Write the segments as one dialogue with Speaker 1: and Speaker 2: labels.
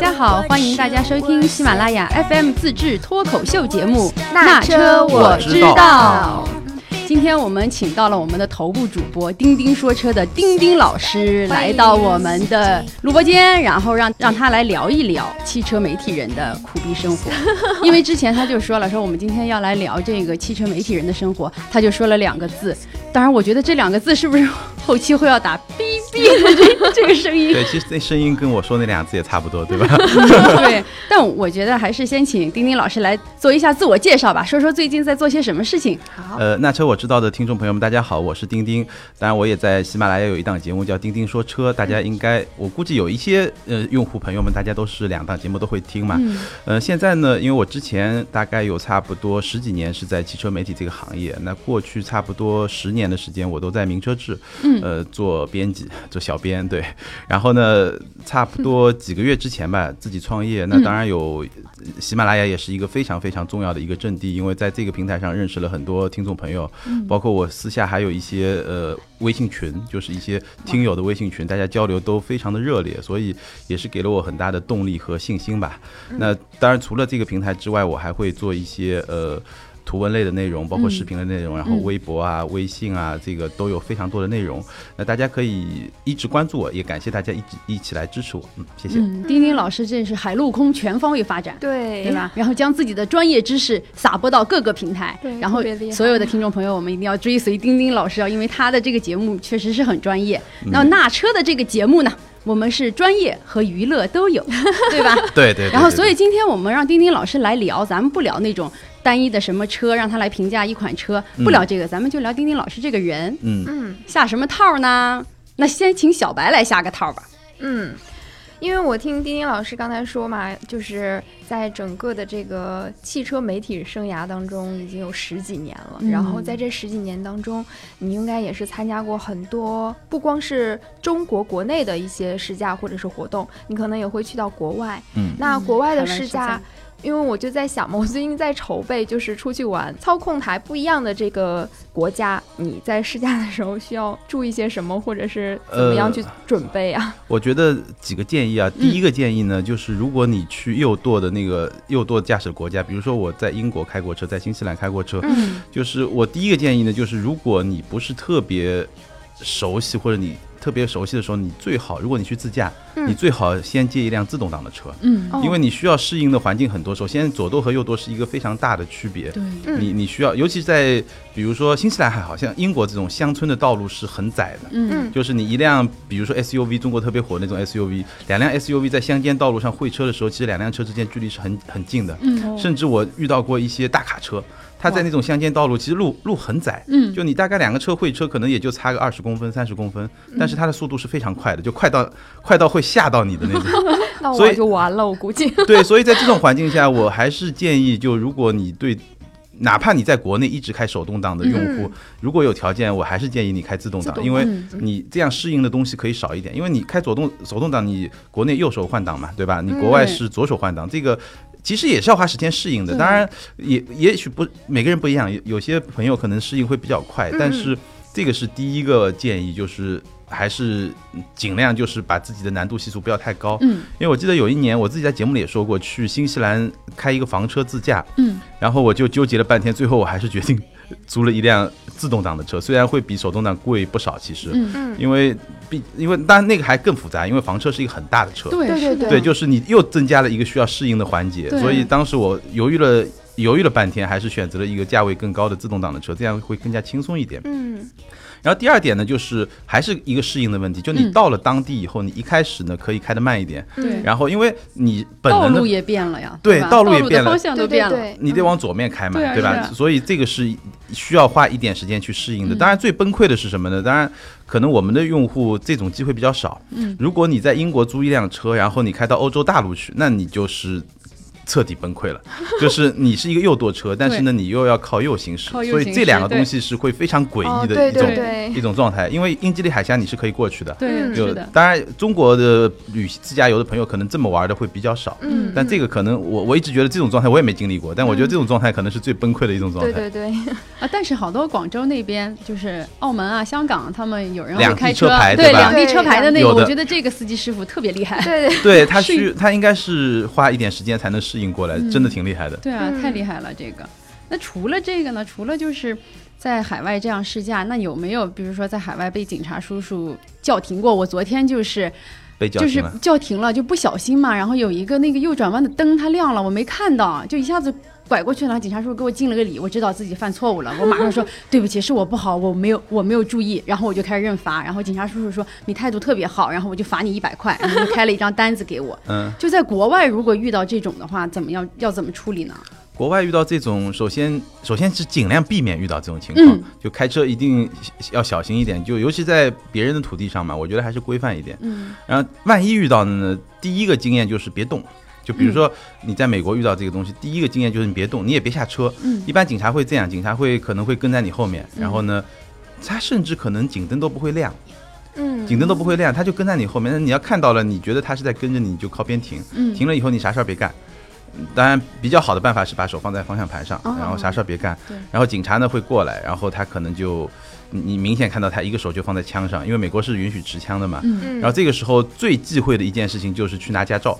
Speaker 1: 家好，欢迎大家收听喜马拉雅 FM 自制脱口秀节目《
Speaker 2: 那车我
Speaker 1: 知道》。今天我们请到了我们的头部主播丁丁说车的丁丁老师来到我们的录播间，然后让让他来聊一聊汽车媒体人的苦逼生 活。因为之前他就说了，说我们今天要来聊这个汽车媒体人的生活，他就说了两个字。当然，我觉得这两个字是不是后期会要打“哔哔”的这 这个声音？
Speaker 3: 对，其实那声音跟我说那俩字也差不多， 对吧？
Speaker 1: 对。但我觉得还是先请丁丁老师来做一下自我介绍吧，说说最近在做些什么事情。
Speaker 2: 好，
Speaker 3: 呃，那车我知道的听众朋友们，大家好，我是丁丁。当然，我也在喜马拉雅有一档节目叫《丁丁说车》，大家应该我估计有一些呃用户朋友们，大家都是两档节目都会听嘛。嗯。呃，现在呢，因为我之前大概有差不多十几年是在汽车媒体这个行业，那过去差不多十年的时间，我都在名车志，嗯，呃，做编辑，做小编，对。然后呢，差不多几个月之前吧，自己创业。那当然有，喜马拉雅也是一个非常非常重要的一个阵地，因为在这个平台上认识了很多听众朋友，
Speaker 1: 嗯
Speaker 3: 包括我私下还有一些呃微信群，就是一些听友的微信群，大家交流都非常的热烈，所以也是给了我很大的动力和信心吧。
Speaker 1: 嗯
Speaker 3: 那当然除了这个平台之外，我还会做一些呃。图文类的内容，包
Speaker 1: 嗯
Speaker 3: 括视频的内容，然后微博啊、微信啊，这个都有非常多的内容。那大家可以一直关注我，也感谢大家一直一起来支持我。嗯，谢谢。
Speaker 1: 嗯，丁丁老师真是海陆空全方位发展，
Speaker 2: 对
Speaker 1: 对？吧？然后将自己的专业知识撒播到各个平台
Speaker 2: 对，
Speaker 1: 然后
Speaker 2: 特别厉害
Speaker 1: 所有的听众朋友，我们一定要追随丁丁老师啊，因为他的这个节目确实是很专业。那那车的这个节目呢，我们是专业和娱乐都 有，对吧？
Speaker 3: 对对对。
Speaker 1: 然后，
Speaker 3: 对
Speaker 1: 所以
Speaker 3: 对
Speaker 1: 今天我们让丁丁老师来聊，咱们不聊那种单一的什么车，让他来评价一款车，不聊这个，咱们就聊丁丁老师这个人
Speaker 3: 嗯，
Speaker 1: 下什么套呢？那先请小白来下个套吧。
Speaker 2: 嗯，因为我听丁丁老师刚才说嘛，就是在整个的这个汽车媒体生涯当中，已经有十几年了。
Speaker 1: 嗯
Speaker 2: 然后在这十几年当中，你应该也是参加过很多，不光是中国国内的一些试驾或者是活动，你可能也会去到国外。
Speaker 3: 嗯
Speaker 2: 那国外的
Speaker 1: 嗯海外
Speaker 2: 试
Speaker 1: 试驾
Speaker 2: 驾。因为我就在想嘛，我最近在筹备，就是出去玩，操控台不一样的这个国家，你在试驾的时候需要注意些什么，或者是怎么样
Speaker 3: 呃
Speaker 2: 去准备啊？
Speaker 3: 我觉得几个建议啊，第一个建议呢，就是如果你去右舵的那个右舵驾驶国家，比如说我在英国开过车，在新西兰开过车，
Speaker 1: 嗯
Speaker 3: 就是我第一个建议呢，就是如果你不是特别熟悉或者你特别熟悉的时候，你最好如果你去自驾，
Speaker 2: 嗯
Speaker 3: 你最好先借一辆自动挡的车，
Speaker 1: 嗯，
Speaker 2: 哦
Speaker 3: 因为你需要适应的环境很多。首先，左舵和右舵是一个非常大的区别。
Speaker 1: 对，
Speaker 2: 嗯
Speaker 3: 你你需要，尤其在比如说新西兰还好像英国这种乡村的道路是很窄的，
Speaker 1: 嗯
Speaker 2: 嗯
Speaker 3: 就是你一辆，比如说 SUV，中国特别火那种 SUV，两辆 SUV 在乡间道路上会车的时候，其实两辆车之间距离是很很近的。
Speaker 1: 嗯
Speaker 3: 甚至我遇到过一些大卡车，它在那种乡间道路，其实路路很窄，
Speaker 1: 嗯
Speaker 3: 就你大概两个车会车，可能也就差个二十公分、三十公分，但是它的速度是非常快的，就快到快到会吓到你的那种。
Speaker 2: 那
Speaker 3: 所
Speaker 2: 我
Speaker 3: 以
Speaker 2: 就完了，我估计。
Speaker 3: 对，所以在这种环境下，我还是建议，就如果你对。哪怕你在国内一直开手动挡的用户，
Speaker 2: 嗯
Speaker 3: 如果有条件，我还是建议你开自动
Speaker 2: 自
Speaker 3: 挡，
Speaker 2: 动
Speaker 3: 因为
Speaker 1: 嗯
Speaker 3: 你这样适应的东西可以少一点。因为你开手动手动挡，你国内右手换挡嘛，对吧？
Speaker 2: 嗯
Speaker 3: 你国外
Speaker 1: 对
Speaker 3: 是左手换挡，这个其实也是要花时间适应的。
Speaker 1: 对
Speaker 3: 当然也也许不每个人不一样，有有些朋友可能适应会比较快，
Speaker 1: 嗯
Speaker 3: 但是这个是第一个建议，就是还是尽量就是把自己的难度系数不要太高。
Speaker 1: 嗯
Speaker 3: 因为我记得有一年我自己在节目里也说过，去新西兰开一个房车自驾，
Speaker 1: 嗯，
Speaker 3: 然后我就纠结了半天，最后我还是决定租了一辆自动挡的车，虽然会比手动挡贵不少，其实，
Speaker 1: 嗯
Speaker 2: 嗯，
Speaker 3: 因为毕因为当然那个还更复杂，因为房车是一个很大的车，
Speaker 1: 对
Speaker 2: 对
Speaker 1: 是的
Speaker 3: 对，
Speaker 2: 对
Speaker 3: 就是你又增加了一个需要适应的环节，
Speaker 1: 嗯对
Speaker 3: 所以当时我犹豫了犹豫了半天，还是选择了一个价位更高的自动挡的车，这样会更加轻松一点。
Speaker 2: 嗯
Speaker 3: 然后第二点呢，就是还是一个适应的问题，就你
Speaker 1: 嗯
Speaker 3: 到了当地以后，你一开始呢可以开得慢一点，
Speaker 1: 对
Speaker 3: 然后因为你本
Speaker 1: 道
Speaker 3: 能的
Speaker 1: 路也变了呀，
Speaker 3: 对
Speaker 1: 吧道
Speaker 3: 道路也变
Speaker 1: 的
Speaker 3: 了
Speaker 1: 方向都
Speaker 2: 对
Speaker 1: 变
Speaker 2: 对
Speaker 1: 了。
Speaker 2: 对，
Speaker 3: 你得往左面开嘛，
Speaker 1: 对啊是
Speaker 3: 对吧
Speaker 1: 啊？
Speaker 3: 所以这个是需要花一点时间去适应的。
Speaker 1: 嗯
Speaker 3: 当然，最崩溃的是什么呢？当然，可能我们的用户这种机会比较少。
Speaker 1: 嗯
Speaker 3: 如果你在英国租一辆车，然后你开到欧洲大陆去，那你就是。彻底崩溃了。就是你是一个右舵车，但是呢，你又要靠右行驶，
Speaker 4: 靠右
Speaker 3: 所以
Speaker 4: 行
Speaker 3: 这
Speaker 4: 驶
Speaker 3: 两个
Speaker 4: 对
Speaker 3: 东西是会非常诡
Speaker 2: 哦，
Speaker 3: 异的
Speaker 2: 对
Speaker 3: 一种、
Speaker 2: 对对，
Speaker 3: 一种状态。因为英吉利海峡你是可以过去的，
Speaker 4: 对，
Speaker 2: 嗯
Speaker 4: 是
Speaker 3: 就
Speaker 4: 的，
Speaker 3: 当然中国的旅自驾游的朋友可能这么玩的会比较少。
Speaker 2: 嗯，
Speaker 3: 但这
Speaker 2: 个
Speaker 3: 个可能我我一直觉得这种状态我也没经历过，但我
Speaker 4: 嗯
Speaker 3: 觉得这种状态可能是最崩溃的一种状态。
Speaker 2: 对对对，
Speaker 4: 啊，但是好多广州那边就是澳门啊、香港，他们有人会
Speaker 3: 两地
Speaker 4: 开
Speaker 3: 车牌
Speaker 4: 对
Speaker 3: 对吧
Speaker 4: 两地
Speaker 2: 对
Speaker 4: 车牌的那个，
Speaker 3: 有的
Speaker 4: 我觉得这个司机师傅特别厉害。
Speaker 2: 对对，
Speaker 3: 对他
Speaker 4: 适
Speaker 3: 需他应该是花一点时间才能适应过来，
Speaker 4: 嗯
Speaker 3: 真的挺厉害的。
Speaker 4: 对啊，
Speaker 2: 嗯
Speaker 4: 太厉害了这个。那除了这个呢？除了就是在海外这样试驾，那有没有比如说在海外被警察叔叔叫停过？我昨天就是
Speaker 3: 被叫
Speaker 4: 就是
Speaker 3: 醒了，
Speaker 4: 叫停了，就不小心嘛，然后有一个那个右转弯的灯它亮了，我没看到，就一下子。拐过去了，然后警察叔叔给我敬了个礼，我知道自己犯错误了，我马 上说对不起，是我不好，我没有我没有注意，然后我就开始认罚，然后警察叔叔说你态度特别好，然后我就罚你一百块，然后就开了一张单子给我。
Speaker 3: 嗯，
Speaker 4: 就在国外，如果遇到这种的话，怎么样要怎么处理呢？
Speaker 3: 国外遇到这种，首先首先是尽量避免遇到这种情况，
Speaker 4: 嗯
Speaker 3: 就开车一定要小心一点，就尤其在别人的土地上嘛，我觉得还是规范一点。
Speaker 4: 嗯，
Speaker 3: 然后万一遇到呢，第一个经验就是别动。就比如说你在美国遇到这个东西，第一个经验就是你别动，你也别下车。
Speaker 4: 嗯
Speaker 3: 一般警察会这样，警察会可能会跟在你后面，然后呢，他甚至可能警灯都不会亮。
Speaker 2: 嗯，
Speaker 3: 警灯都不会亮，他就跟在你后面。那你要看到了，你觉得他是在跟着你，你就靠边停。
Speaker 4: 嗯
Speaker 3: 停了以后，你啥事儿别干。嗯当然，比较好的办法是把手放在方向盘上，
Speaker 4: 哦
Speaker 3: 然后啥事儿别干
Speaker 4: 对。
Speaker 3: 然后警察呢会过来，然后他可能就你你明显看到他一个手就放在枪上，因为美国是允许持枪的嘛。
Speaker 4: 嗯
Speaker 2: 嗯，
Speaker 3: 然后这个时候最忌讳的一件事情就是去拿驾照，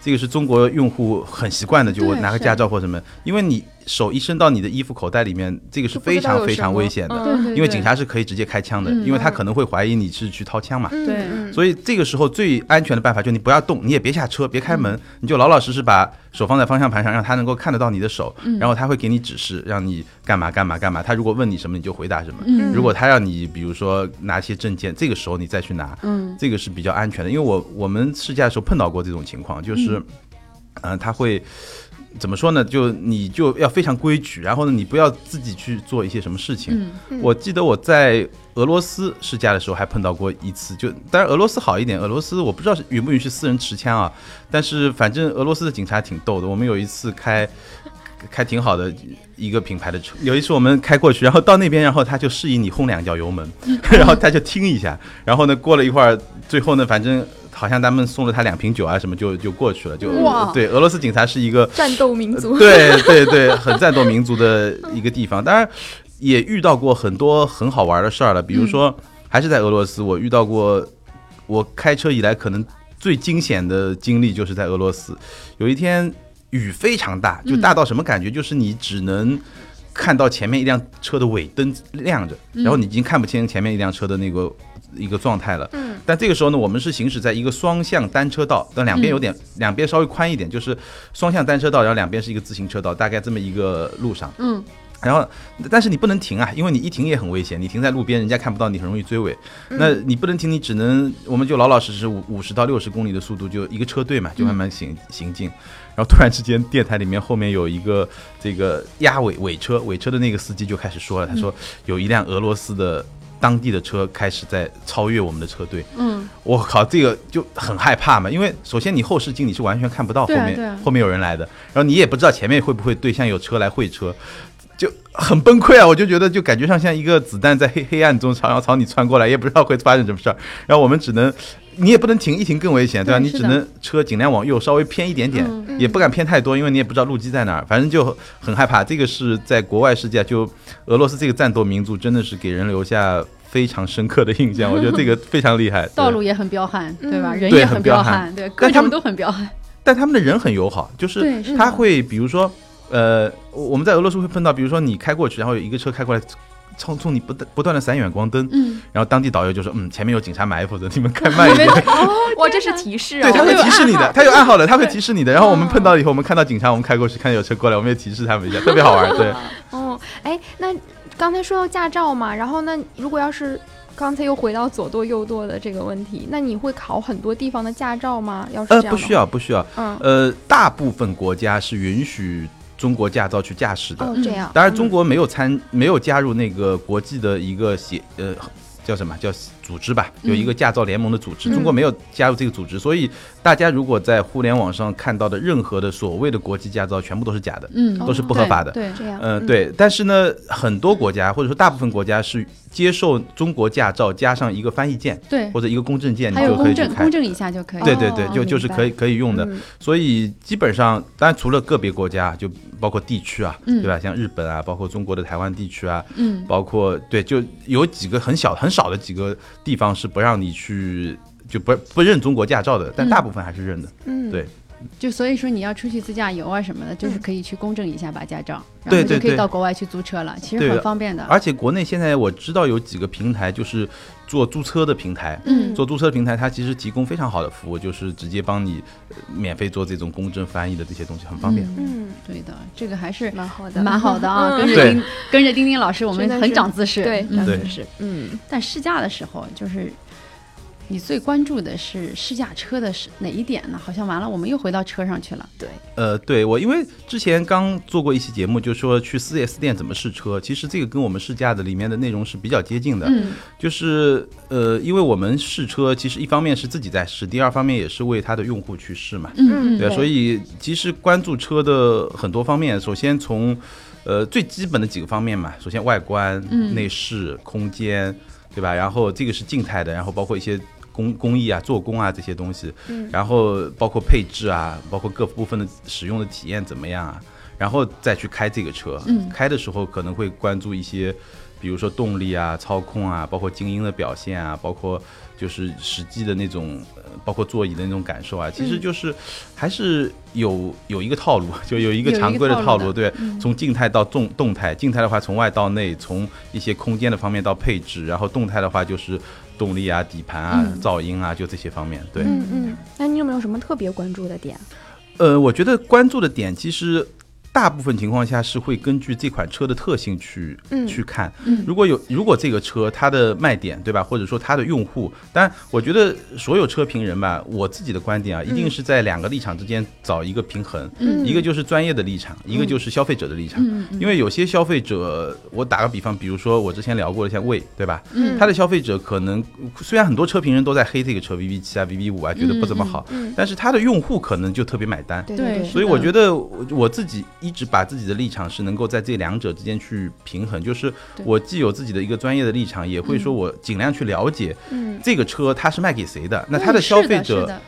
Speaker 3: 这个是中国用户很习惯的，就我
Speaker 4: 对
Speaker 3: 拿个
Speaker 4: 是
Speaker 3: 驾照或什么，因为你手一伸到你的衣服口袋里面，这个是
Speaker 2: 就不知
Speaker 3: 非
Speaker 2: 道
Speaker 3: 常
Speaker 2: 有
Speaker 3: 非
Speaker 2: 什
Speaker 3: 常
Speaker 2: 么
Speaker 3: 危险的。
Speaker 4: 对
Speaker 2: 嗯
Speaker 4: 对
Speaker 3: 因为警察是可以直接开枪的，
Speaker 4: 嗯
Speaker 3: 因为他
Speaker 2: 嗯
Speaker 3: 可能会怀疑你是去掏枪嘛。
Speaker 2: 嗯
Speaker 4: 对
Speaker 2: 嗯
Speaker 3: 所以这个时候最安全的办法就是你不要动，你也别下车，别开
Speaker 2: 嗯
Speaker 3: 门，你就老老实实把手放在方向盘上，让他能够看得到你的手，
Speaker 2: 嗯
Speaker 3: 然后他会给你指示，让你干嘛干嘛干嘛。他如果问你什么，你就回答什么。
Speaker 4: 嗯
Speaker 3: 如果他让你比如说拿些证件，这个时候你再去拿，
Speaker 4: 嗯
Speaker 3: 这个是比较安全的。因为我我们试驾的时候碰到过这种情况，就是，嗯、他会。怎么说呢？就你就要非常规矩，然后呢，你不要自己去做一些什么事情。
Speaker 4: 嗯
Speaker 2: 嗯
Speaker 3: 我记得我在俄罗斯试驾的时候还碰到过一次，就当然俄罗斯好一点，俄罗斯我不知道是允不允许私人持枪啊，但是反正俄罗斯的警察挺逗的。我们有一次开开挺好的一个品牌的车，有一次我们开过去，然后到那边，然后他就示意你轰两脚油门， 然后他就听一下，然后呢过了一会儿，最后呢反正。好像他们送了他两瓶酒啊，什么就就过去了，就
Speaker 4: 哇
Speaker 3: 对俄罗斯警察是一个
Speaker 2: 战斗民族，
Speaker 3: 呃对对对，很战斗民族的一个地方。当然也遇到过很多很好玩的事儿了，比如说
Speaker 2: 嗯
Speaker 3: 还是在俄罗斯，我遇到过我开车以来可能最惊险的经历就是在俄罗斯。有一天雨非常大，
Speaker 2: 嗯
Speaker 3: 就大到什么感觉？就是你只能。看到前面一辆车的尾灯亮着，
Speaker 2: 嗯
Speaker 3: 然后你已经看不清前面一辆车的那个一个状态了。
Speaker 2: 嗯，
Speaker 3: 但这个时候呢，我们是行驶在一个双向单车道，但
Speaker 2: 嗯
Speaker 3: 两边有点，两边稍微宽一点，就是双向单车道，然后两边是一个自行车道，大概这么一个路上。
Speaker 4: 嗯
Speaker 3: 然后，但是你不能停啊，因为你一停也很危险，你停在路边，人家看不到你，很容易追尾。那你不能停，你只能，我们就老老实实五五十到六十公里的速度，就一个车队嘛，就慢慢行、行进。然后突然之间，电台里面后面有一个这个压尾尾车尾车的那个司机就开始说了，他说有一辆俄罗斯的当地的车开始在超越我们的车队。
Speaker 4: 嗯，
Speaker 3: 我靠，这个就很害怕嘛，因为首先你后视镜你是完全看不到后
Speaker 4: 对啊
Speaker 3: 面、
Speaker 4: 对啊
Speaker 3: 后面有人来的，然后你也不知道前面会不会对向有车来会车，就很崩溃啊！我就觉得就感觉上像一个子弹在黑黑暗中朝朝你穿过来，也不知道会发生什么事儿。然后我们只能，你也不能停，一停更危险，对吧？
Speaker 4: 对
Speaker 3: 你
Speaker 4: 是
Speaker 3: 只
Speaker 4: 的
Speaker 3: 能车尽量往右稍微偏一点点，
Speaker 4: 嗯
Speaker 3: 也不敢偏太多，因为你也不知道路基在哪儿，反正就很害怕。这个是在国外世界，就俄罗斯这个战斗民族真的是给人留下。非常深刻的 印象，我觉得这个非常厉害。对
Speaker 4: 道路也很彪悍，对吧？
Speaker 2: 嗯
Speaker 4: 人
Speaker 3: 对
Speaker 4: 也
Speaker 3: 很
Speaker 4: 彪
Speaker 3: 彪
Speaker 4: 悍，
Speaker 3: 悍
Speaker 4: 对，各
Speaker 3: 但他
Speaker 4: 种
Speaker 3: 们
Speaker 4: 都很彪悍。
Speaker 3: 但他们的人很友好，就是
Speaker 4: 对是的
Speaker 3: 他会比如说，呃，我我们在俄罗斯会碰到，比如说你开过去，然后有一个车开过来，冲冲你不不断的闪远光灯，
Speaker 4: 嗯，
Speaker 3: 然后当地导游就说，嗯，前面有警察埋伏着，你们 开慢一点。
Speaker 2: 哇，这是提示
Speaker 3: 对，他
Speaker 2: 哦，
Speaker 3: 会提示你 的，他有暗号的，他会提示你的。然后我们碰到以后，我们看到警察，我们开过去，看见有车过来，我们也提示他们一下，特别好玩。 对，
Speaker 2: 哦，哎，那刚才说到驾照嘛，然后那如果要是刚才又回到左舵右舵的这个问题，那你会考很多地方的驾照吗？要是这
Speaker 3: 呃，
Speaker 2: 样，
Speaker 3: 不需，要，不需要。
Speaker 2: 嗯，
Speaker 3: 呃，大部分国家是允许中国驾照去驾驶的，
Speaker 2: 哦，这样，
Speaker 3: 当然，中国没有参没有加入那个国际的一个协呃叫什么叫组织吧，有
Speaker 2: 嗯
Speaker 3: 一个驾照联盟的组织，中国没有加入这个组织，所以大家如果在互联网上看到的任何的所谓的国际驾照，全部都是假的，
Speaker 1: 嗯
Speaker 3: 都是不合法的。
Speaker 1: 对，
Speaker 2: 这样，
Speaker 3: 嗯，，对，但是呢，很多国家或者说大部分国家是接受中国驾照加上一个翻译件
Speaker 1: 对，
Speaker 3: 或者一个公证件，你
Speaker 1: 还有
Speaker 3: 就可
Speaker 1: 公
Speaker 3: 以去
Speaker 1: 证，
Speaker 3: 开
Speaker 1: 公。证一下就可以。
Speaker 3: 对对对
Speaker 2: 哦，
Speaker 3: 就就是
Speaker 2: 明白
Speaker 3: 可以可以用的。
Speaker 2: 嗯
Speaker 3: 所以基本上，当然除了个别国家，就包括地区啊，
Speaker 1: 嗯
Speaker 3: 对吧？像日本啊，包括中国的台湾地区啊，
Speaker 1: 嗯，
Speaker 3: 包括对，就有几个很小很少的几个地方是不让你去，就不不认中国驾照的，但
Speaker 1: 嗯
Speaker 3: 大部分还是认的。
Speaker 2: 嗯，
Speaker 3: 对
Speaker 1: 就所以说你要出去自驾游啊什么的，就是可以去公证一下把驾照，然
Speaker 3: 对
Speaker 1: 后就
Speaker 3: 对
Speaker 1: 可以
Speaker 3: 对
Speaker 1: 到国外去租车了，其实
Speaker 3: 对
Speaker 1: 很
Speaker 3: 的
Speaker 1: 方便的。
Speaker 3: 而且国内现在我知道有几个平台，就是做租车的平台。
Speaker 1: 嗯
Speaker 3: 做租车平台，它其实提供非常好的服务，就是直接帮你呃免费做这种公证翻译的这些东西，很方便。
Speaker 1: 嗯，
Speaker 2: 嗯，
Speaker 1: 对的，这个还是
Speaker 2: 蛮好的，
Speaker 1: 蛮好的啊，
Speaker 2: 嗯
Speaker 1: 跟着
Speaker 3: 对
Speaker 1: 丁跟着丁丁老师，我们
Speaker 2: 真的是
Speaker 1: 很长姿势。
Speaker 2: 对，
Speaker 1: 嗯
Speaker 3: 对
Speaker 2: 真的是，嗯，
Speaker 1: 但试驾的时候，就是你最关注的是试驾车的是哪一点呢？好像完了，我们又回到车上去了。
Speaker 2: 对，
Speaker 3: 呃，对我因为之前刚做过一期节目，就说去四 S 店怎么试车，其实这个跟我们试驾的里面的内容是比较接近的。
Speaker 1: 嗯
Speaker 3: 就是呃，因为我们试车，其实一方面是自己在试，第二方面也是为它的用户去试嘛。
Speaker 1: 嗯
Speaker 2: 嗯
Speaker 3: 对啊，
Speaker 2: 对
Speaker 3: 所以其实关注车的很多方面，首先从呃最基本的几个方面嘛，首先外观、
Speaker 1: 嗯
Speaker 3: 内饰、空间，对吧？然后这个是静态的，然后包括一些工工艺啊、做工啊这些东西，
Speaker 2: 嗯
Speaker 3: 然后包括配置啊，包括各部分的使用的体验怎么样啊，然后再去开这个车。
Speaker 1: 嗯
Speaker 3: 开的时候可能会关注一些，比如说动力啊、操控啊，包括静音的表现啊，包括就是实际的那种，呃包括座椅的那种感受啊，其
Speaker 1: 嗯
Speaker 3: 实就是还是有有一个套路， 就有一个
Speaker 1: 有一个
Speaker 3: 常规的
Speaker 1: 套
Speaker 3: 套
Speaker 1: 路
Speaker 3: 路，
Speaker 1: 的
Speaker 3: 对，从静态到动动态，静态的话从外到内，从一些空间的方面到配置，然后动态的话就是动力啊、底盘啊、
Speaker 1: 嗯
Speaker 3: 噪音啊，就这些方面，对。
Speaker 2: 嗯嗯，那你有没有什么特别关注的点？
Speaker 3: 呃，我觉得关注的点其实大部分情况下是会根据这款车的特性去、
Speaker 2: 嗯
Speaker 3: 去看。
Speaker 1: 嗯
Speaker 3: 如果有如果这个车它的卖点对吧，或者说它的用户，但我觉得所有车评人吧，我自己的观点啊，一定是在两个立场之间找一个平衡。
Speaker 1: 嗯
Speaker 3: 一个就是专业的立场，一个就是消费者的立场。
Speaker 1: 嗯嗯
Speaker 3: 因为有些消费者，我打个比方，比如说我之前聊过的像魏，对吧？
Speaker 1: 嗯
Speaker 3: 他的消费者可能虽然很多车评人都在黑这个车 VV 七啊、VV 五啊，觉得不怎么好，
Speaker 2: 嗯嗯嗯
Speaker 3: 但是他的用户可能就特别买单。
Speaker 2: 对
Speaker 1: 对
Speaker 2: 对，
Speaker 3: 所
Speaker 1: 是
Speaker 3: 以我
Speaker 1: 的
Speaker 3: 觉得我我自己一直把自己的立场是能够在这两者之间去平衡，就是
Speaker 1: 对嗯
Speaker 3: 我既有自己的一个专业的立场，也会说我尽量去了解
Speaker 2: 嗯
Speaker 3: 这个车它是卖给谁的，那
Speaker 1: 对
Speaker 3: 它的
Speaker 1: 是
Speaker 3: 消费
Speaker 1: 嗯是
Speaker 3: 者
Speaker 1: 的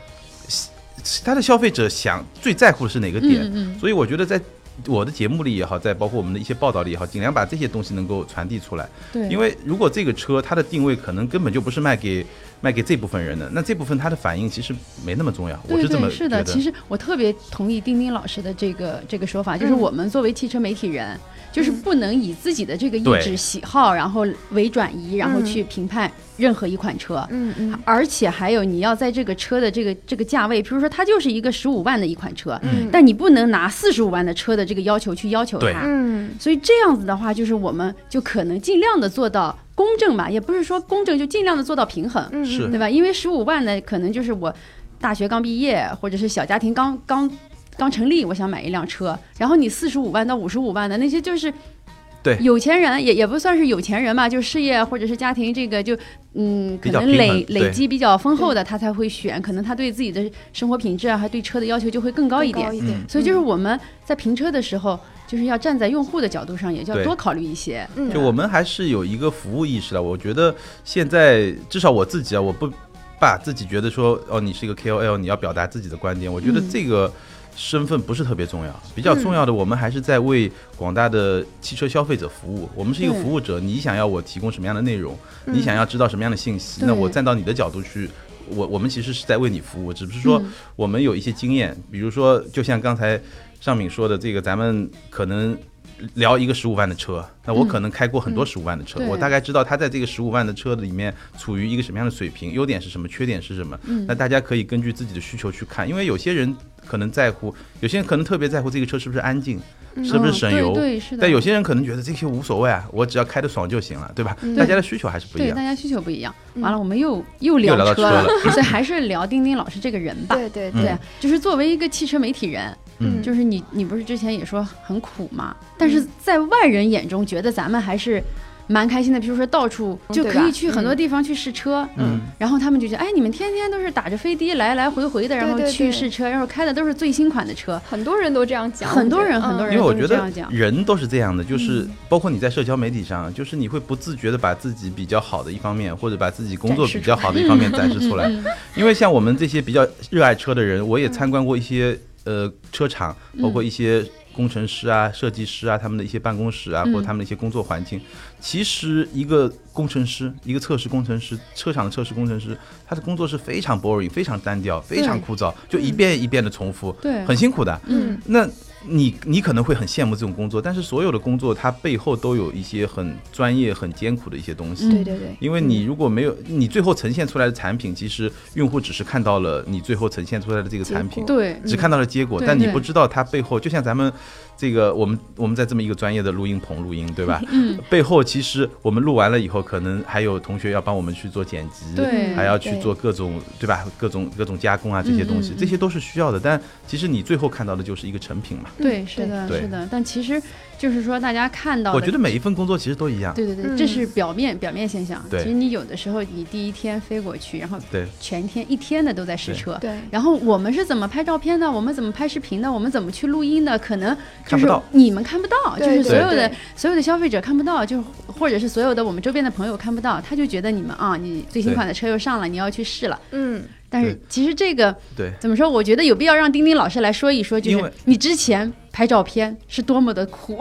Speaker 3: 他的消费者想最在乎的是哪个点，
Speaker 1: 嗯嗯
Speaker 3: 所以我觉得在我的节目里也好，在包括我们的一些报道里也好，尽量把这些东西能够传递出来。
Speaker 1: 对，
Speaker 3: 因为如果这个车它的定位可能根本就不是卖给卖给这部分人的，那这部分它的反应其实没那么重要。我
Speaker 1: 对
Speaker 3: 是这么
Speaker 1: 对，
Speaker 3: 觉
Speaker 1: 是
Speaker 3: 得。
Speaker 1: 的，其实我特别同意丁丁老师的这个这个说法，就是
Speaker 2: 嗯
Speaker 1: 我们作为汽车媒体人，就是不能以自己的这个意
Speaker 3: 嗯对
Speaker 1: 志、喜好，然后为转移，然后
Speaker 2: 嗯
Speaker 1: 去评判任何一款车。
Speaker 2: 嗯嗯
Speaker 1: 而且还有，你要在这个车的这个这个价位，比如说它就是一个十五万的一款车，
Speaker 2: 嗯
Speaker 1: 但你不能拿四十五万的车的这个要求去要求
Speaker 3: 对
Speaker 1: 它。
Speaker 2: 嗯
Speaker 1: 所以这样子的话，就是我们就可能尽量的做到公正吧，也不是说公正，就尽量的做到平衡。
Speaker 2: 嗯
Speaker 3: 是
Speaker 1: 对吧？因为十五万呢，可能就是我大学刚毕业，或者是小家庭刚刚刚成立，我想买一辆车。然后你四十五万到五十五万的那些，就是
Speaker 3: 对
Speaker 1: 有钱人也也不算是有钱人吧，就事业或者是家庭这个就嗯，可
Speaker 3: 比较
Speaker 1: 能
Speaker 3: 平衡
Speaker 1: 累
Speaker 3: 对
Speaker 1: 累积比较丰厚的，他才会选。可能他对自己的生活品质啊，还对车的要求就会更高一嗯点。
Speaker 3: 点
Speaker 2: 嗯
Speaker 1: 所以就是我们在评车的时候，就是要站在用户的角度上，也就要
Speaker 3: 对
Speaker 1: 多考虑一些。
Speaker 2: 嗯
Speaker 3: 就我们还是有一个服务意识的。我觉得现在至少我自己啊，我不把自己觉得说哦，你是一个 KOL，你要表达自己的观点。我觉得这个身份不是特别重要，比较重要的我们还是在为广大的汽车消费者服务。我们是一个
Speaker 1: 对
Speaker 3: 服务者，你想要我提供什么样的内容，
Speaker 2: 嗯
Speaker 3: 你想要知道什么样的信息，
Speaker 1: 对
Speaker 3: 那我站到你的角度去。我我们其实是在为你服务，只是说
Speaker 1: 嗯
Speaker 3: 我们有一些经验，比如说，就像刚才尚敏说的，这个咱们可能聊一个十五万的车，那我可能开过很多十五万的车，
Speaker 1: 嗯嗯对
Speaker 3: 我大概知道它在这个十五万的车里面处于一个什么样的水平，优点是什么，缺点是什么。
Speaker 1: 嗯
Speaker 3: 那大家可以根据自己的需求去看，因为有些人可能在乎，有些人可能特别在乎这个车是不是安静，是不是
Speaker 1: 嗯
Speaker 3: 省
Speaker 1: 对
Speaker 3: 油。
Speaker 1: 对，是的。
Speaker 3: 但有些人可能觉得这些无所谓啊，我只要开得爽就行了，对吧？大家的需求还是不
Speaker 1: 嗯
Speaker 3: 一
Speaker 1: 对，
Speaker 3: 样
Speaker 1: 大。家需求不一样。完
Speaker 2: 嗯
Speaker 1: 了，我们又又聊
Speaker 3: 又聊到
Speaker 1: 车
Speaker 3: 车
Speaker 1: 了，
Speaker 3: 了
Speaker 1: 所以还是聊丁丁老师这个人吧。
Speaker 2: 对对
Speaker 1: 对
Speaker 2: 对，，
Speaker 1: 就是作为一个汽车媒体人，
Speaker 3: 嗯
Speaker 1: 就是
Speaker 2: 嗯
Speaker 1: 你，你不是之前也说很苦嘛？但是在外人眼中，觉得咱们还是蛮开心的。比如说到处就
Speaker 2: 对
Speaker 1: 可
Speaker 2: 吧
Speaker 1: 以去很多
Speaker 2: 嗯
Speaker 1: 地方去试车，
Speaker 3: 嗯，
Speaker 1: 然后他们就觉得，哎，你们天天都是打着飞的来来回回的，然后
Speaker 2: 对对对
Speaker 1: 去试车，然后开的都是最新款的车，
Speaker 2: 很多人都这样讲，
Speaker 1: 很多
Speaker 2: 我觉得
Speaker 1: 人很多
Speaker 2: 嗯
Speaker 3: 因为我
Speaker 1: 都
Speaker 3: 觉
Speaker 1: 是这
Speaker 3: 得
Speaker 1: 样讲嗯
Speaker 3: 人都是这样的，就是包括你在社交媒体上，就是你会不自觉的把自己比较好的一方面，或者把自己工作
Speaker 2: 展示
Speaker 3: 比较好的 一方面展示出来。
Speaker 1: 嗯
Speaker 3: 因为像我们这些比较热爱车的人，我也参观过一些呃车厂，包
Speaker 1: 嗯
Speaker 3: 括一些工程师啊、设计师啊，他们的一些办公室啊，
Speaker 1: 嗯
Speaker 3: 或者他们的一些工作环境。其实一个工程师，一个测试工程师，车厂的测试工程师，他的工作是非常 boring、非常单调、非常枯燥，就一遍一遍的重复，
Speaker 1: 对
Speaker 3: 很辛苦的。
Speaker 2: 嗯，
Speaker 3: 那你你可能会很羡慕这种工作，但是所有的工作它背后都有一些很专业、很艰苦的一些东
Speaker 1: 嗯
Speaker 3: 西。
Speaker 2: 对对对，
Speaker 3: 因为你如果没有你最后呈现出来的产品，其实用户只是看到了你最后呈现出来的这个产品
Speaker 2: 结，果
Speaker 1: 对嗯
Speaker 3: 只看到了结果，
Speaker 1: 对
Speaker 3: 但你
Speaker 1: 对
Speaker 3: 不知道它背后。就像咱们这个，我们我们在这么一个专业的录音棚录音，对吧？嗯，背后其实我们录完了以后，可能还有同学要帮我们去做剪辑，
Speaker 1: 嗯对，嗯
Speaker 3: 还要去
Speaker 2: 对
Speaker 3: 做各种对吧？各种各种加工啊，这些东西，这些都是需要的。但其实你最后看到的就是一个成品嘛。
Speaker 1: 对，是的，
Speaker 3: 对
Speaker 1: 是的。但其实就是说，大家看到的，
Speaker 3: 我觉得每一份工作其实都一样。
Speaker 1: 对对对，
Speaker 2: 嗯
Speaker 1: 这是表面表面现象。
Speaker 3: 对
Speaker 1: 其实你有的时候，你第一天飞过去，然后
Speaker 3: 对
Speaker 1: 全天一天的都在试车。
Speaker 2: 对
Speaker 1: 然后我们是怎么拍照片的？我们怎么拍视频的？我们怎么去录音的？可能就
Speaker 3: 看不
Speaker 1: 是
Speaker 3: 到
Speaker 1: 你们看不到，
Speaker 2: 对
Speaker 1: 就是所
Speaker 3: 对
Speaker 1: 有的
Speaker 2: 对
Speaker 1: 所有的消费者看不到，就是或者是所有的我们周边的朋友看不到，他就觉得你们啊，你最新
Speaker 3: 对
Speaker 1: 款的车又上了，你要去试了。
Speaker 2: 嗯，
Speaker 1: 但是
Speaker 3: 对
Speaker 1: 其实这个
Speaker 3: 对
Speaker 1: 怎么说？我觉得有必要让丁丁老师来说一说，就
Speaker 3: 因为
Speaker 1: 是你之前拍照片是多么的苦。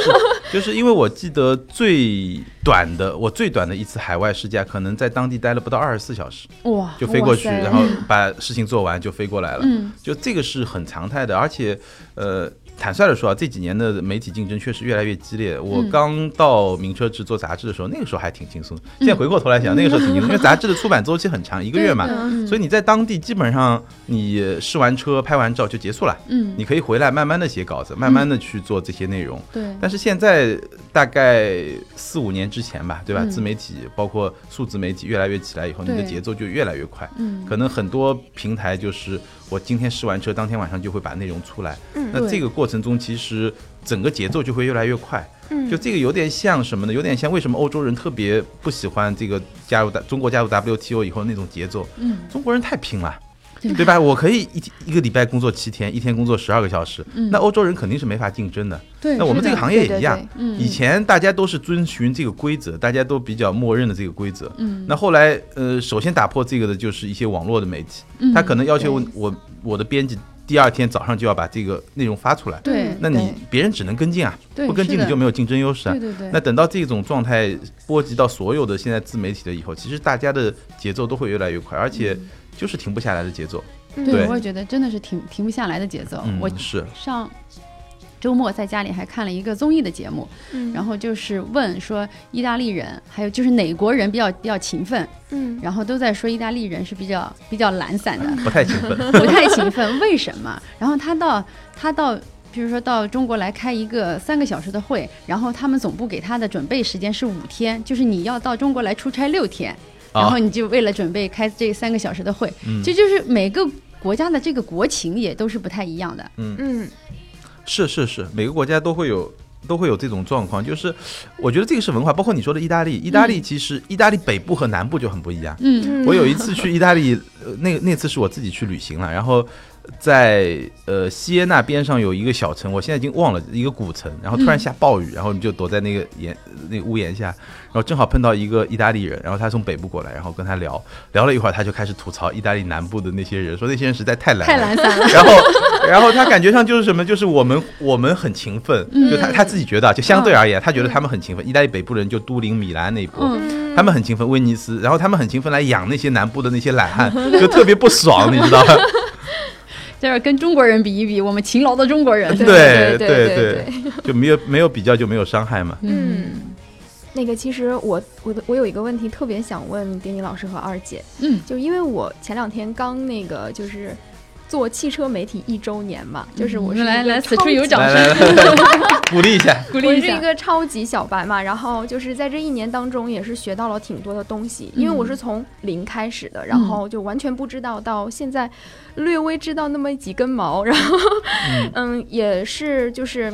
Speaker 3: 就是因为我记得最短的，我最短的一次海外试驾，可能在当地待了不到二十四小时，
Speaker 1: 哇，
Speaker 3: 就飞过去，
Speaker 2: 哇塞
Speaker 3: 然后把事情做完就飞过来了。嗯，就这个是很常态的，而且，呃。坦率的说啊，这几年的媒体竞争确实越来越激烈。我刚到名车志做杂志的时候，那个时候还挺轻松。现在回过头来想，那个时候挺轻松，因为杂志的出版周期很长，一个月嘛，所以你在当地基本上你试完车、拍完照就结束了。
Speaker 1: 嗯，
Speaker 3: 你可以回来慢慢的写稿子，慢慢的去做这些内容。
Speaker 1: 对，
Speaker 3: 但是现在大概四五年之前吧，对吧？自媒体包括数字媒体越来越起来以后，你
Speaker 1: 对
Speaker 3: 的节奏就越来越快。嗯，可能很多平台就是我今天试完车，当天晚上就会把内容出来。
Speaker 2: 嗯
Speaker 3: 那
Speaker 1: 对
Speaker 3: 这个过程中其实整个节奏就会越来越快。
Speaker 2: 嗯
Speaker 3: 就这个有点像什么呢？有点像为什么欧洲人特别不喜欢这个加入中国加入 WTO 以后那种节奏？嗯，中国人太拼了。对吧？我可以一一个礼拜工作七天，一天工作十二个小时，那欧洲人肯定是没法竞争的。
Speaker 1: 对
Speaker 3: 那我们这个行业也一样
Speaker 2: 对对，
Speaker 1: 嗯
Speaker 3: 以前大家都是遵循这个规则，大家都比较默认的这个规则。嗯，那后来呃，首先打破这个的就是一些网络的媒体，
Speaker 1: 嗯
Speaker 3: 他可能要求我
Speaker 2: 对
Speaker 3: 我我的编辑第二天早上就要把这个内容发出来，
Speaker 1: 对
Speaker 3: 那你别人只能跟进啊，
Speaker 1: 对
Speaker 3: 不跟进
Speaker 1: 是的
Speaker 3: 你就没有竞争优势啊。
Speaker 1: 对对
Speaker 3: 那
Speaker 1: 对，
Speaker 3: 等到这种状态波及到所有的现在自媒体的以后，其实大家的节奏都会越来越快，而且
Speaker 1: 嗯
Speaker 3: 就是停不下来的节奏。对
Speaker 1: 我也觉得真的是停停不下来的节奏。
Speaker 3: 嗯
Speaker 1: 哦我，
Speaker 3: 是
Speaker 1: 上周末在家里还看了一个综艺的节目，
Speaker 2: 嗯
Speaker 1: 然后就是问说意大利人，还有就是哪国人比较比较勤奋，
Speaker 2: 嗯
Speaker 1: 然后都在说意大利人是比较比较懒散 的，
Speaker 3: 不太勤 奋。啊
Speaker 1: 不太勤奋，为什么？然后他到他到。比如说到中国来开一个三个小时的会，然后他们总部给他的准备时间是五天，就是你要到中国来出差六天，然
Speaker 3: 啊
Speaker 1: 后你就为了准备开这三个小时的会，
Speaker 3: 嗯
Speaker 1: 这就是每个国家的这个国情也都是不太一样的。
Speaker 2: 嗯
Speaker 3: 是是是，每个国家都会有都会有这种状况，就是我觉得这个是文化，包括你说的意大利，意大利其实、意大利北部和南部就很不一样。
Speaker 1: 嗯
Speaker 2: 嗯，
Speaker 3: 我有一次去意大利，呃，那那次是我自己去旅行了，然后在呃西耶那边上有一个小城，我现在已经忘了一个古城，然后突
Speaker 1: 嗯
Speaker 3: 然下暴雨，然后你就躲在那个檐那个屋檐下，然后正好碰到一个意大利人，然后他从北部过来，然后跟他聊聊了一会儿，他就开始吐槽意大利南部的那些人，说那些人实在太懒
Speaker 1: 太
Speaker 3: 了
Speaker 1: 懒 散了，
Speaker 3: 然后，然后他感觉上就是什么，就是我们我们很勤奋，
Speaker 2: 嗯
Speaker 3: 就他他自己觉得啊，就相对而言，他觉得他们很勤奋。意大利北部人就都灵、米兰那一波，
Speaker 1: 嗯
Speaker 2: 嗯
Speaker 3: 他们很勤奋，威尼斯，然后他们很勤奋来养那些南部的那些懒汉，就特别不爽，你知道吧？
Speaker 1: 就是跟中国人比一比，我们勤劳的中国人。
Speaker 2: 对对
Speaker 3: 对
Speaker 2: 对
Speaker 3: 就没有没有比较就没有伤害嘛。
Speaker 2: 嗯，那个其实我我的我有一个问题特别想问丁丁老师和二姐，
Speaker 1: 嗯，
Speaker 2: 就因为我前两天刚那个就是做汽车媒体一周年嘛，就是我是
Speaker 1: 嗯来
Speaker 2: 一个
Speaker 1: 来，此处
Speaker 2: 超
Speaker 1: 有
Speaker 2: 级
Speaker 1: 掌
Speaker 3: 来
Speaker 1: 声，
Speaker 3: 来来，鼓励一下，
Speaker 1: 鼓
Speaker 2: 我
Speaker 1: 励一
Speaker 2: 是一
Speaker 1: 下。
Speaker 2: 个超级小白嘛，然后就是在这一年当中也是学到了挺多的东西，因为我是
Speaker 1: 嗯
Speaker 2: 从零开始的，然后就完全不知道，到现在略微知道那么几根毛，然后 嗯呃也是就是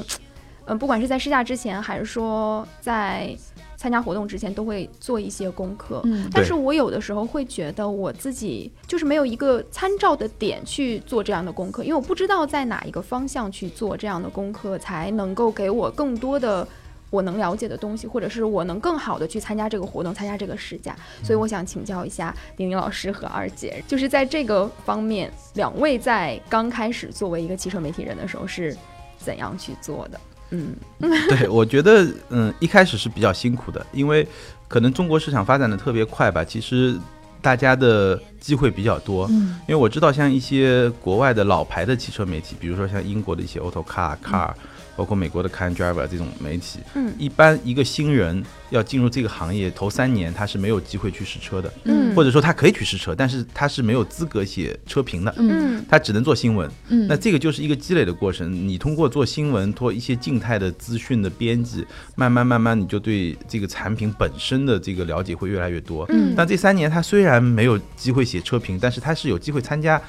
Speaker 2: 嗯，不管是在试驾之前还是说在。参加活动之前都会做一些功课。
Speaker 1: 嗯
Speaker 2: 但是我有的时候会觉得我自己就是没有一个参照的点去做这样的功课，因为我不知道在哪一个方向去做这样的功课，才能够给我更多的我能了解的东西，或者是我能更好的去参加这个活动、参加这个试驾。所以我想请教一下丁丁老师和二姐，就是在这个方面，两位在刚开始作为一个汽车媒体人的时候是怎样去做的？嗯，
Speaker 3: 对，我觉得嗯，一开始是比较辛苦的，因为可能中国市场发展的特别快吧，其实大家的机会比较多。
Speaker 1: 嗯
Speaker 3: 因为我知道像一些国外的老牌的汽车媒体，比如说像英国的一些 Auto Car Car，、包括美国的 Car and Driver 这种媒体，
Speaker 2: 嗯
Speaker 3: 一般一个新人要进入这个行业，头三年他是没有机会去试车的，
Speaker 2: 嗯
Speaker 3: 或者说他可以去试车，但是他是没有资格写车评的。
Speaker 1: 嗯
Speaker 3: 他只能做新闻，
Speaker 1: 嗯
Speaker 3: 那这个就是一个积累的过程。你通过做新闻，做一些静态的资讯的编辑，慢慢慢慢，你就对这个产品本身的这个了解会越来越多。
Speaker 2: 嗯
Speaker 3: 但这三年他虽然没有机会写车评，但是他是有机会参加，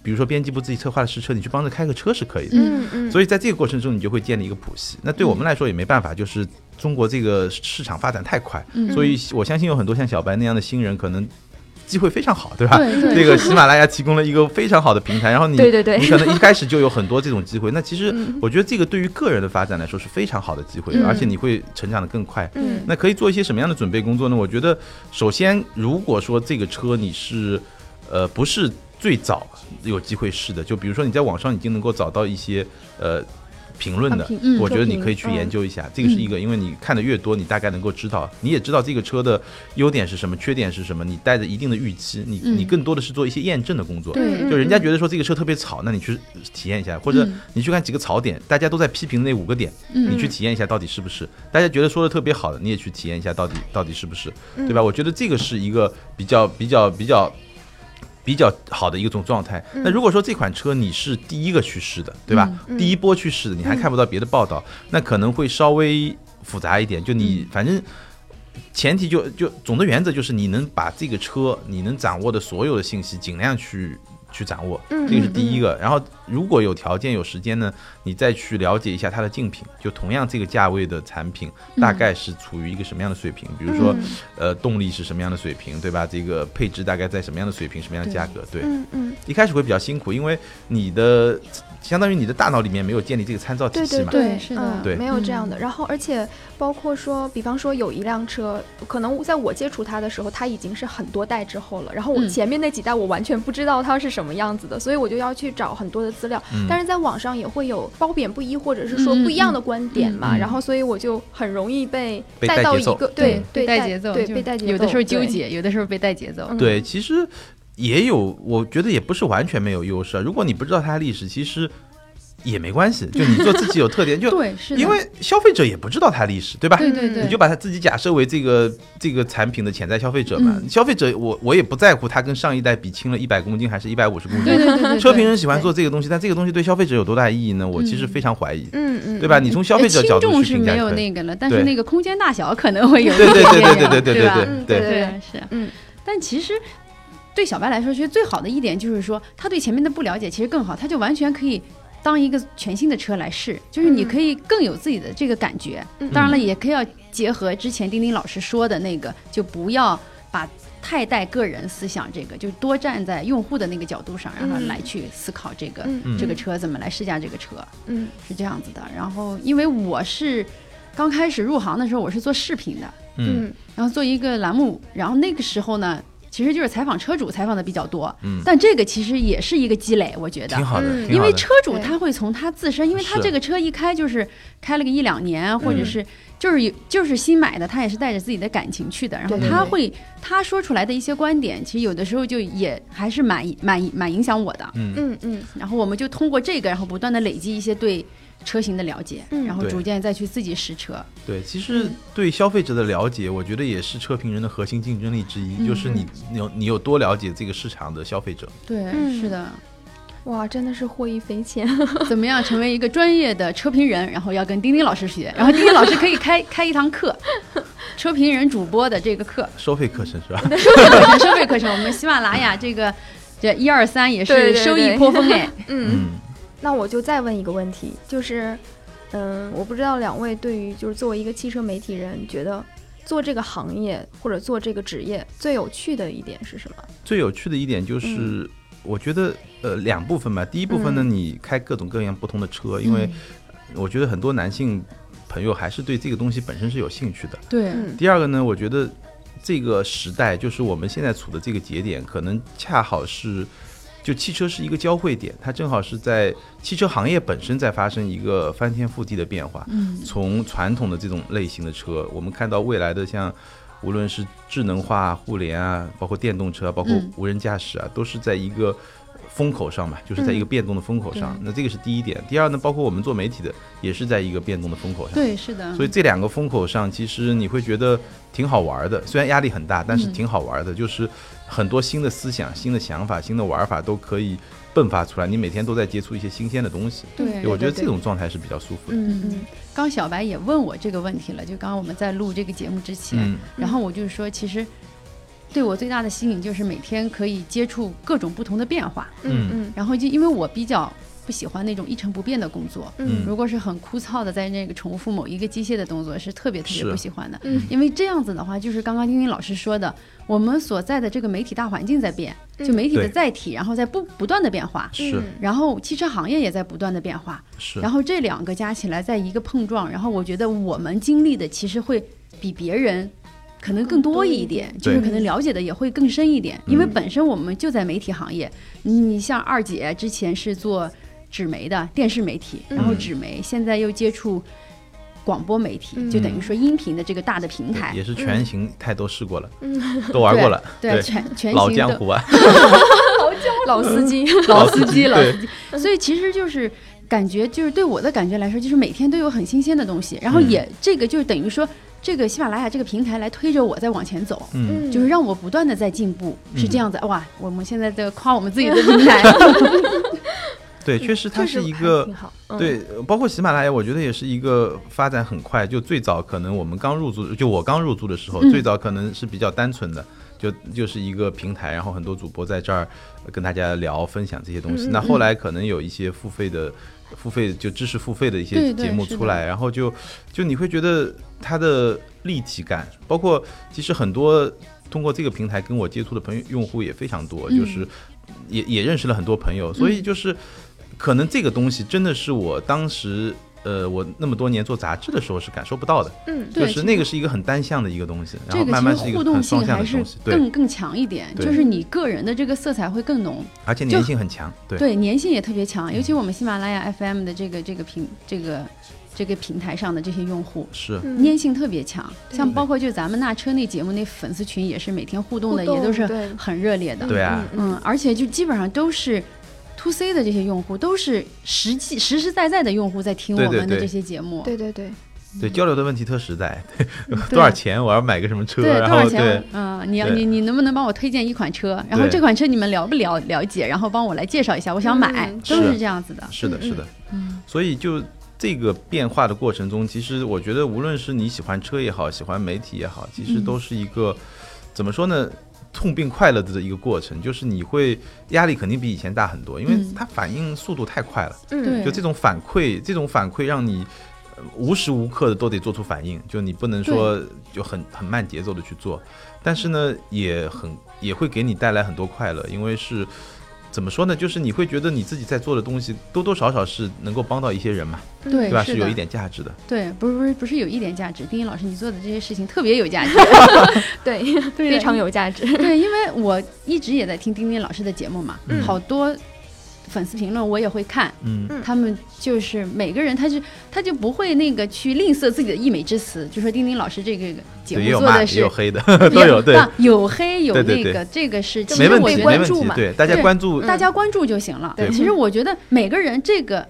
Speaker 3: 比如说编辑部自己策划的试车，你去帮着开个车是可以的。
Speaker 2: 嗯嗯，
Speaker 3: 所
Speaker 2: 以
Speaker 3: 以在这个过程中，你就会建立一个谱系。那对我们来说也没办法，就是中国这个市场发展太快，
Speaker 2: 嗯
Speaker 3: 所以我相信有很多像小白那样的新人，可能机会非常好，对吧？
Speaker 1: 对对
Speaker 3: 这个喜马拉雅提供了一个非常好的平台，然后你
Speaker 2: 对对对嗯
Speaker 3: 你可能一开始就有很多这种机会。那其实我觉得这个对于个人的发展来说是非常好的机会，
Speaker 1: 嗯
Speaker 3: 而且你会成长的更快。
Speaker 2: 嗯
Speaker 3: 那可以做一些什么样的准备工作呢？我觉得，首先，如果说这个车你是，呃，不是最早有机会试的，就比如说你在网上已经能够找到一些，呃。评论的
Speaker 2: 啊评，
Speaker 1: 嗯
Speaker 3: 我觉得你
Speaker 2: 作品
Speaker 3: 可以去
Speaker 2: 嗯
Speaker 3: 研究一下，这个是一个，因为你看的越多，你大概能够知道，你也知道这个车的优点是什么，缺点是什么，你带着一定的预期，你
Speaker 1: 嗯
Speaker 3: 你更多的是做一些验证的工作。
Speaker 2: 嗯
Speaker 1: 对
Speaker 3: 就人家觉得说这个车特别吵，那你去体验一下，或者
Speaker 1: 嗯
Speaker 3: 你去看几个槽点，大家都在批评那五个点，你去体验一下到底是不是？大家觉得说的特别好的，你也去体验一下到底到底是不是，对吧？我觉得这个是一个比较比较比较。比较好的一种状态。那如果说这款车你是第一个去试的，对吧？第一波去试的，你还看不到别的报道，那可能会稍微复杂一点。就你反正前提就就总的原则就是你能把这个车你能掌握的所有的信息尽量去去掌握，
Speaker 2: 嗯
Speaker 3: 这个是第一个。然后如果有条件有时间呢，你再去了解一下它的竞品，就同样这个价位的产品大概是处于一个什么样的水平，比如说
Speaker 2: 嗯
Speaker 3: 呃动力是什么样的水平，对吧？这个配置大概在什么样的水平，什么样的价格，对。
Speaker 2: 嗯嗯
Speaker 3: 一开始会比较辛苦，因为你的相当于你的大脑里面没有建立这个参照体
Speaker 2: 对
Speaker 3: 系
Speaker 2: 对
Speaker 3: 嘛，
Speaker 1: 对是的
Speaker 2: 嗯
Speaker 3: 对
Speaker 2: 没有这样的。然后，而且包括说，比方说有一辆车，可能在我接触它的时候，它已经是很多代之后了。然后我
Speaker 1: 嗯
Speaker 2: 前面那几代我完全不知道它是什么样子的，所以我就要去找很多的资料。
Speaker 3: 嗯
Speaker 2: 但是在网上也会有褒贬不一，或者是说
Speaker 1: 嗯
Speaker 2: 不一样的观点
Speaker 3: 嗯
Speaker 2: 嘛。
Speaker 3: 嗯嗯
Speaker 2: 然后，所以我就很容易被
Speaker 3: 被带
Speaker 2: 到
Speaker 3: 节
Speaker 2: 一
Speaker 3: 奏
Speaker 2: 个对
Speaker 3: 嗯
Speaker 2: 对
Speaker 1: 带节奏，
Speaker 2: 对
Speaker 1: 就
Speaker 2: 被带节奏，
Speaker 1: 有的时候纠
Speaker 2: 对。
Speaker 1: 结，有的时候被带节奏。
Speaker 2: 嗯
Speaker 3: 对，其实也有，我觉得也不是完全没有优势啊。如果你不知道它的历史，其实也没关系，就你做自己有特点，就
Speaker 1: 对，是的，
Speaker 3: 因为消费者也不知道它历史，对吧？
Speaker 1: 对
Speaker 2: 嗯
Speaker 1: 对对，
Speaker 3: 你就把它自己假设为这个这个产品的潜在消费者嘛，
Speaker 1: 嗯
Speaker 3: 消费者我我也不在乎它跟上一代比轻了一百公斤还是一百五十公斤，
Speaker 1: 对对对对对，
Speaker 3: 车评人喜欢做这个东西，但这个东西对消费者有多大意义呢？我其实非常怀疑，
Speaker 2: 嗯嗯，
Speaker 3: 对吧？你从消费者角
Speaker 1: 哎轻
Speaker 3: 度
Speaker 1: 重
Speaker 3: 去
Speaker 1: 是
Speaker 3: 评价
Speaker 1: 没
Speaker 3: 也
Speaker 1: 有
Speaker 3: 可以，
Speaker 1: 那个了，但是
Speaker 3: 对
Speaker 1: 那个空间大小可能会有一
Speaker 3: 对对对
Speaker 1: 点
Speaker 3: 对对对对
Speaker 1: 吧
Speaker 3: 对
Speaker 2: 嗯
Speaker 3: 对对，
Speaker 2: 对
Speaker 1: 对，是，
Speaker 2: 嗯，
Speaker 1: 但其实。对小白来说，其实最好的一点就是说，他对前面的不了解其实更好，他就完全可以当一个全新的车来试，就是你
Speaker 2: 嗯
Speaker 1: 可以更有自己的这个感觉。
Speaker 2: 嗯
Speaker 1: 当然了，也可以要结合之前丁丁老师说的那个，就不要把太带个人思想这个，就多站在用户的那个角度上，然后
Speaker 2: 嗯
Speaker 1: 来去思考这个、
Speaker 2: 嗯
Speaker 3: 嗯
Speaker 1: 这个车怎么来试驾这个车。
Speaker 2: 嗯
Speaker 1: 是这样子的。然后因为我是刚开始入行的时候，我是做视频的，
Speaker 3: 嗯
Speaker 2: 嗯
Speaker 1: 然后做一个栏目，然后那个时候呢，其实就是采访车主，采访的比较多。
Speaker 3: 嗯
Speaker 1: 但这个其实也是一个积累，我觉得
Speaker 3: 挺。好的，
Speaker 2: 嗯
Speaker 3: 挺
Speaker 1: 因
Speaker 3: 好
Speaker 1: 为
Speaker 3: 的
Speaker 1: 车主他会从他自身，因为他
Speaker 3: 是
Speaker 1: 这个车一开就是开了个一两年，或者
Speaker 3: 嗯
Speaker 1: 是就是有就是新买的，他也是带着自己的感情去的。然后
Speaker 2: 对
Speaker 3: 嗯
Speaker 2: 对
Speaker 1: 他
Speaker 2: 对
Speaker 1: 会他说出来的一些观点，其实有的时候就也还是蛮蛮蛮影响我的。
Speaker 3: 嗯
Speaker 2: 嗯嗯
Speaker 1: 然后我们就通过这个，然后不断的累积一些对车型的了解，
Speaker 2: 嗯
Speaker 1: 然后
Speaker 3: 对
Speaker 1: 逐渐再去自己试车。
Speaker 3: 对，其实对消费者的了解，我觉得也是车评人的核心竞争力之一，就是你你有你有多了解这个市场的消费者。
Speaker 1: 对，
Speaker 2: 嗯
Speaker 1: 是的。
Speaker 2: 哇，真的是获益匪浅。
Speaker 1: 怎么样成为一个专业的车评人？然后要跟丁丁老师学，然后丁丁老师可以开开一堂课，车评人主播的这个 课，
Speaker 3: 收费课程是吧？
Speaker 1: 收费课程，收费课程，我们喜马拉雅这个。这一二三也
Speaker 2: 对对
Speaker 1: 是
Speaker 2: 对
Speaker 1: 收益颇丰哎，
Speaker 2: 嗯。
Speaker 3: 嗯，
Speaker 2: 那我就再问一个问题，就是，嗯，我不知道两位对于就是作为一个汽车媒体人，觉得做这个行业或者做这个职业最有趣的一点是什么？
Speaker 3: 最有趣的一点就是，我觉得呃两部分吧。第一部分呢，你开各种各样不同的车，因为我觉得很多男性朋友还是对这个东西本身是有兴趣的。
Speaker 1: 对，
Speaker 2: 嗯
Speaker 3: 第二个呢，我觉得这个时代就是我们现在处的这个节点，可能恰好是就汽车是一个交汇点，它正好是在汽车行业本身在发生一个翻天覆地的变化。
Speaker 1: 嗯，
Speaker 3: 从传统的这种类型的车，我们看到未来的像。无论是智能化啊、互联啊，包括电动车啊，包括
Speaker 1: 嗯
Speaker 3: 无人驾驶啊，都是在一个风口上嘛，就是在
Speaker 1: 嗯
Speaker 3: 一个变动的风口上。那这个是第一点。第二呢，包括我们做媒体的，也是在一个变动的风口上。
Speaker 1: 对，是的，
Speaker 3: 所以这两个风口上，其实你会觉得挺好玩的，虽然压力很大，但是
Speaker 1: 嗯
Speaker 3: 挺好玩的，就是很多新的思想、新的想法、新的玩法都可以迸发出来。你每天都在接触一些新鲜的东西，
Speaker 1: 对
Speaker 3: 我觉得这种状态是比较舒服的。
Speaker 2: 嗯嗯
Speaker 1: 刚小白也问我这个问题了，就刚刚我们在录这个节目之前，
Speaker 3: 嗯，
Speaker 1: 然后我就说，其实对我最大的吸引就是每天可以接触各种不同的变化，
Speaker 2: 嗯
Speaker 3: 嗯
Speaker 2: 嗯
Speaker 1: 然后就因为我比较不喜欢那种一成不变的工作，
Speaker 3: 嗯
Speaker 1: 如果是很枯燥的在那个重复某一个机械的动作，是特别特别
Speaker 3: 是
Speaker 1: 不喜欢的。
Speaker 2: 嗯
Speaker 1: 因为这样子的话，就是刚刚丁丁老师说的，我们所在的这个媒体大环境在变，就媒体的
Speaker 3: 对
Speaker 1: 载体，然后在不不断的变化，
Speaker 3: 嗯是
Speaker 1: 然后汽车行业也在不断的变化，
Speaker 3: 是
Speaker 1: 嗯然，后这两个加起来在一个碰撞，然后我觉得我们经历的其实会比别人可能更多一点，就是
Speaker 3: 对
Speaker 1: 可能了解的也会更深一点，
Speaker 3: 嗯
Speaker 1: 因为本身我们就在媒体行业。你像二姐之前是做纸媒的电视媒体，然后
Speaker 3: 嗯
Speaker 1: 纸媒现在又接触广播媒体，
Speaker 2: 嗯
Speaker 1: 就等于说音频的这个大的平
Speaker 3: 对
Speaker 1: 台
Speaker 3: 也，是全行太都试过了，
Speaker 2: 嗯，
Speaker 3: 都玩过了，
Speaker 1: 嗯对全全
Speaker 3: 老
Speaker 1: 新
Speaker 3: 江
Speaker 1: 的
Speaker 3: 湖啊，
Speaker 2: 老司机，
Speaker 1: 老司机了，
Speaker 3: 对
Speaker 1: 所以其实就是感觉，就是对我的感觉来说，就是每天都有很新鲜的东西，然后
Speaker 3: 嗯
Speaker 1: 也、这个就等于说，这个喜马拉雅这个平台来推着我在往前走。
Speaker 3: 嗯，
Speaker 1: 就是让我不断的在进步，是这
Speaker 3: 嗯
Speaker 1: 样子哇！我们现在在夸我们自己 的平台，嗯
Speaker 3: 对，确实它
Speaker 2: 确实
Speaker 3: 是一
Speaker 2: 还
Speaker 3: 个
Speaker 2: 挺。好，嗯，
Speaker 3: 对，呃包括喜马拉雅，我觉得也是一个发展很快。就最早可能我们刚入驻，就我刚入驻的时候，
Speaker 1: 嗯
Speaker 3: 最早可能是比较单纯的，就就是一个平台，然后很多主播在这儿呃跟大家聊、分享这些东西。
Speaker 2: 嗯嗯
Speaker 3: 那后来可能有一些付费的。付费就知识付费的一些
Speaker 1: 对对
Speaker 3: 节目
Speaker 1: 是的
Speaker 3: 出来，然后就就你会觉得它的立体感，包括其实很多通过这个平台跟我接触的朋友用户也非常
Speaker 1: 嗯
Speaker 3: 多，就是也也认识了很多朋友，所以就是可能这个东西真的是我当时呃我那么多年做杂志的时候是感受不到的，
Speaker 2: 嗯，
Speaker 1: 对
Speaker 3: 就是那个是一个很单向的一个东西，然
Speaker 1: 这
Speaker 3: 后
Speaker 1: 个
Speaker 3: 慢慢是
Speaker 1: 其
Speaker 3: 一
Speaker 1: 实
Speaker 3: 个
Speaker 1: 互动
Speaker 3: 很双
Speaker 1: 性
Speaker 3: 向
Speaker 1: 还
Speaker 3: 的
Speaker 1: 是
Speaker 3: 东西，对，
Speaker 1: 更更强一点，
Speaker 3: 对
Speaker 1: 就是你个人的这个色彩会更浓，
Speaker 3: 而且粘性很强，对，嗯
Speaker 1: 对粘性也特别强。尤其我们喜马拉雅 FM 的这个这个平这个这个平台上的这些用户，
Speaker 3: 是，
Speaker 2: 嗯
Speaker 1: 粘性特别强，
Speaker 2: 对
Speaker 1: 像包括就咱们那车那节目那粉丝群也是每天互动的，
Speaker 2: 互动
Speaker 1: 也都是
Speaker 2: 对
Speaker 1: 很热烈的。
Speaker 3: 对啊
Speaker 2: 嗯
Speaker 1: 嗯，而且就基本上都是 to C 的这些用户，都是实际实实在在的用户在听
Speaker 3: 对
Speaker 1: 我们
Speaker 3: 对
Speaker 1: 的
Speaker 3: 对
Speaker 1: 这些节目。
Speaker 2: 嗯对对对，
Speaker 3: 对交流的问题特实在， 多少钱我要买个什么
Speaker 1: 嗯
Speaker 3: 车，
Speaker 1: 对多
Speaker 3: 然
Speaker 1: 少
Speaker 3: 后
Speaker 1: 钱
Speaker 3: 对
Speaker 1: 我？嗯，你要
Speaker 3: 对
Speaker 1: 你你能不能帮我推荐一款车？然后
Speaker 3: 对
Speaker 1: 这款车你们了不了了解？然后帮我来介绍一下，我想买，
Speaker 2: 嗯
Speaker 1: 都
Speaker 3: 是
Speaker 1: 是这样子的。
Speaker 3: 是的，
Speaker 2: 嗯
Speaker 3: 是的，所以就这个变化的过程中，其实我觉得无论是你喜欢车也好，喜欢媒体也好，其实都是一个怎么说呢，痛并快乐着的一个过程。就是你会压力肯定比以前大很多，因为它反应速度太快了，
Speaker 2: 嗯，
Speaker 1: 对
Speaker 3: 就这种反馈，这种反馈让你。呃无时无刻的都得做出反应，就你不能说就很很慢节奏的去做，但是呢，也很也会给你带来很多快乐，因为是怎么说呢，就是你会觉得你自己在做的东西多多少少是能够帮到一些人嘛，
Speaker 1: 对
Speaker 3: 对吧？
Speaker 1: 是
Speaker 3: 是有
Speaker 1: 的
Speaker 3: 一点价值的。
Speaker 1: 对，不是不是不是有一点价值。丁一老师，你做的这些事情特别有价值。
Speaker 2: 对，
Speaker 1: 对
Speaker 2: 非常有价值，
Speaker 1: 对，因为我一直也在听丁丁老师的节目嘛，
Speaker 3: 嗯
Speaker 1: 好多粉丝评论我也会看，
Speaker 3: 嗯
Speaker 2: 嗯
Speaker 1: 他们就是每个人他是他就不会那个去吝啬自己的溢美之词，就说丁丁老师这个节
Speaker 3: 对，
Speaker 1: 目
Speaker 3: 也有
Speaker 1: 做
Speaker 3: 骂，
Speaker 1: 的
Speaker 3: 也
Speaker 1: 是
Speaker 3: 有黑的， 都有，对，
Speaker 1: 啊有黑有那
Speaker 3: 对
Speaker 1: 个
Speaker 3: 对
Speaker 1: 这个是其
Speaker 2: 就
Speaker 3: 没
Speaker 1: 实
Speaker 3: 问
Speaker 1: 我
Speaker 3: 题，
Speaker 1: 觉得
Speaker 3: 没
Speaker 2: 关
Speaker 3: 问
Speaker 2: 注
Speaker 3: 题
Speaker 2: 嘛，
Speaker 3: 对，大家
Speaker 1: 对嗯
Speaker 3: 关注，嗯
Speaker 1: 大家关注就行了。
Speaker 3: 对
Speaker 1: 其实我觉得每个人这个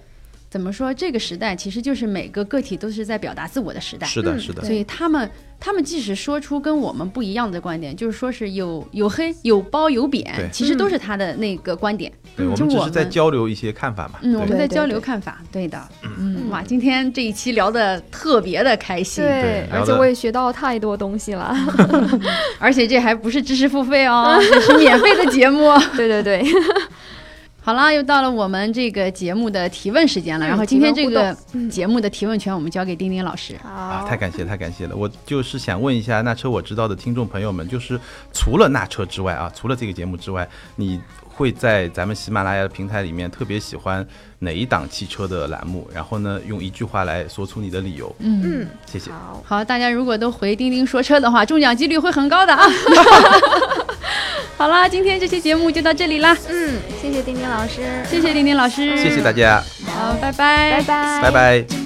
Speaker 1: 怎么说，这个时代其实就是每个个体都是在表达自我的时代。
Speaker 3: 是
Speaker 2: 嗯
Speaker 3: 的，是的
Speaker 1: 所，以他们他们即使说出跟我们不一样的观点，就是说是有有黑有褒有
Speaker 3: 对
Speaker 1: 贬，其实都是他的那个观点。嗯
Speaker 3: 对我
Speaker 1: 就
Speaker 3: 们只
Speaker 1: 我
Speaker 3: 是在
Speaker 1: 们
Speaker 3: 交流一些看法嘛，
Speaker 1: 嗯，我
Speaker 3: 对
Speaker 1: 们在
Speaker 2: 对
Speaker 1: 交
Speaker 2: 对
Speaker 1: 流
Speaker 2: 对
Speaker 1: 看法，对的。嗯，哇，今天这一期聊的特别的开心，
Speaker 2: 对，
Speaker 3: 聊
Speaker 2: 而且
Speaker 3: 得
Speaker 2: 我也学到太多东西了，
Speaker 1: 而且这还不是知识付费哦，这是免费的节目。
Speaker 2: 对对对，
Speaker 1: 好啦，又到了我们这个节目的提问时间了。
Speaker 2: 嗯
Speaker 1: 然后今天
Speaker 2: 提
Speaker 1: 这
Speaker 2: 问互
Speaker 1: 个
Speaker 2: 动嗯
Speaker 1: 节目的提问权我们交给丁丁老师。
Speaker 3: 啊
Speaker 2: 好，，
Speaker 3: 太感谢太感谢了！我就是想问一下那车我知道的听众朋友们，就是除了那车之外啊，除了这个节目之外，你会在咱们喜马拉雅的平台里面特别喜欢哪一档汽车的栏目？然后呢，用一句话来说出你的理由。嗯，
Speaker 2: 嗯，
Speaker 3: 谢谢。
Speaker 2: 好，
Speaker 1: 好，大家如果都回钉钉说车的话，中奖几率会很高的 啊。好啦，今天这期节目就到这里啦，
Speaker 2: 嗯，谢谢丁丁老师，
Speaker 1: 谢谢钉钉老师，
Speaker 3: 谢谢大家，
Speaker 1: 好，拜拜，
Speaker 2: 拜。拜，
Speaker 3: 拜。拜。
Speaker 5: Thank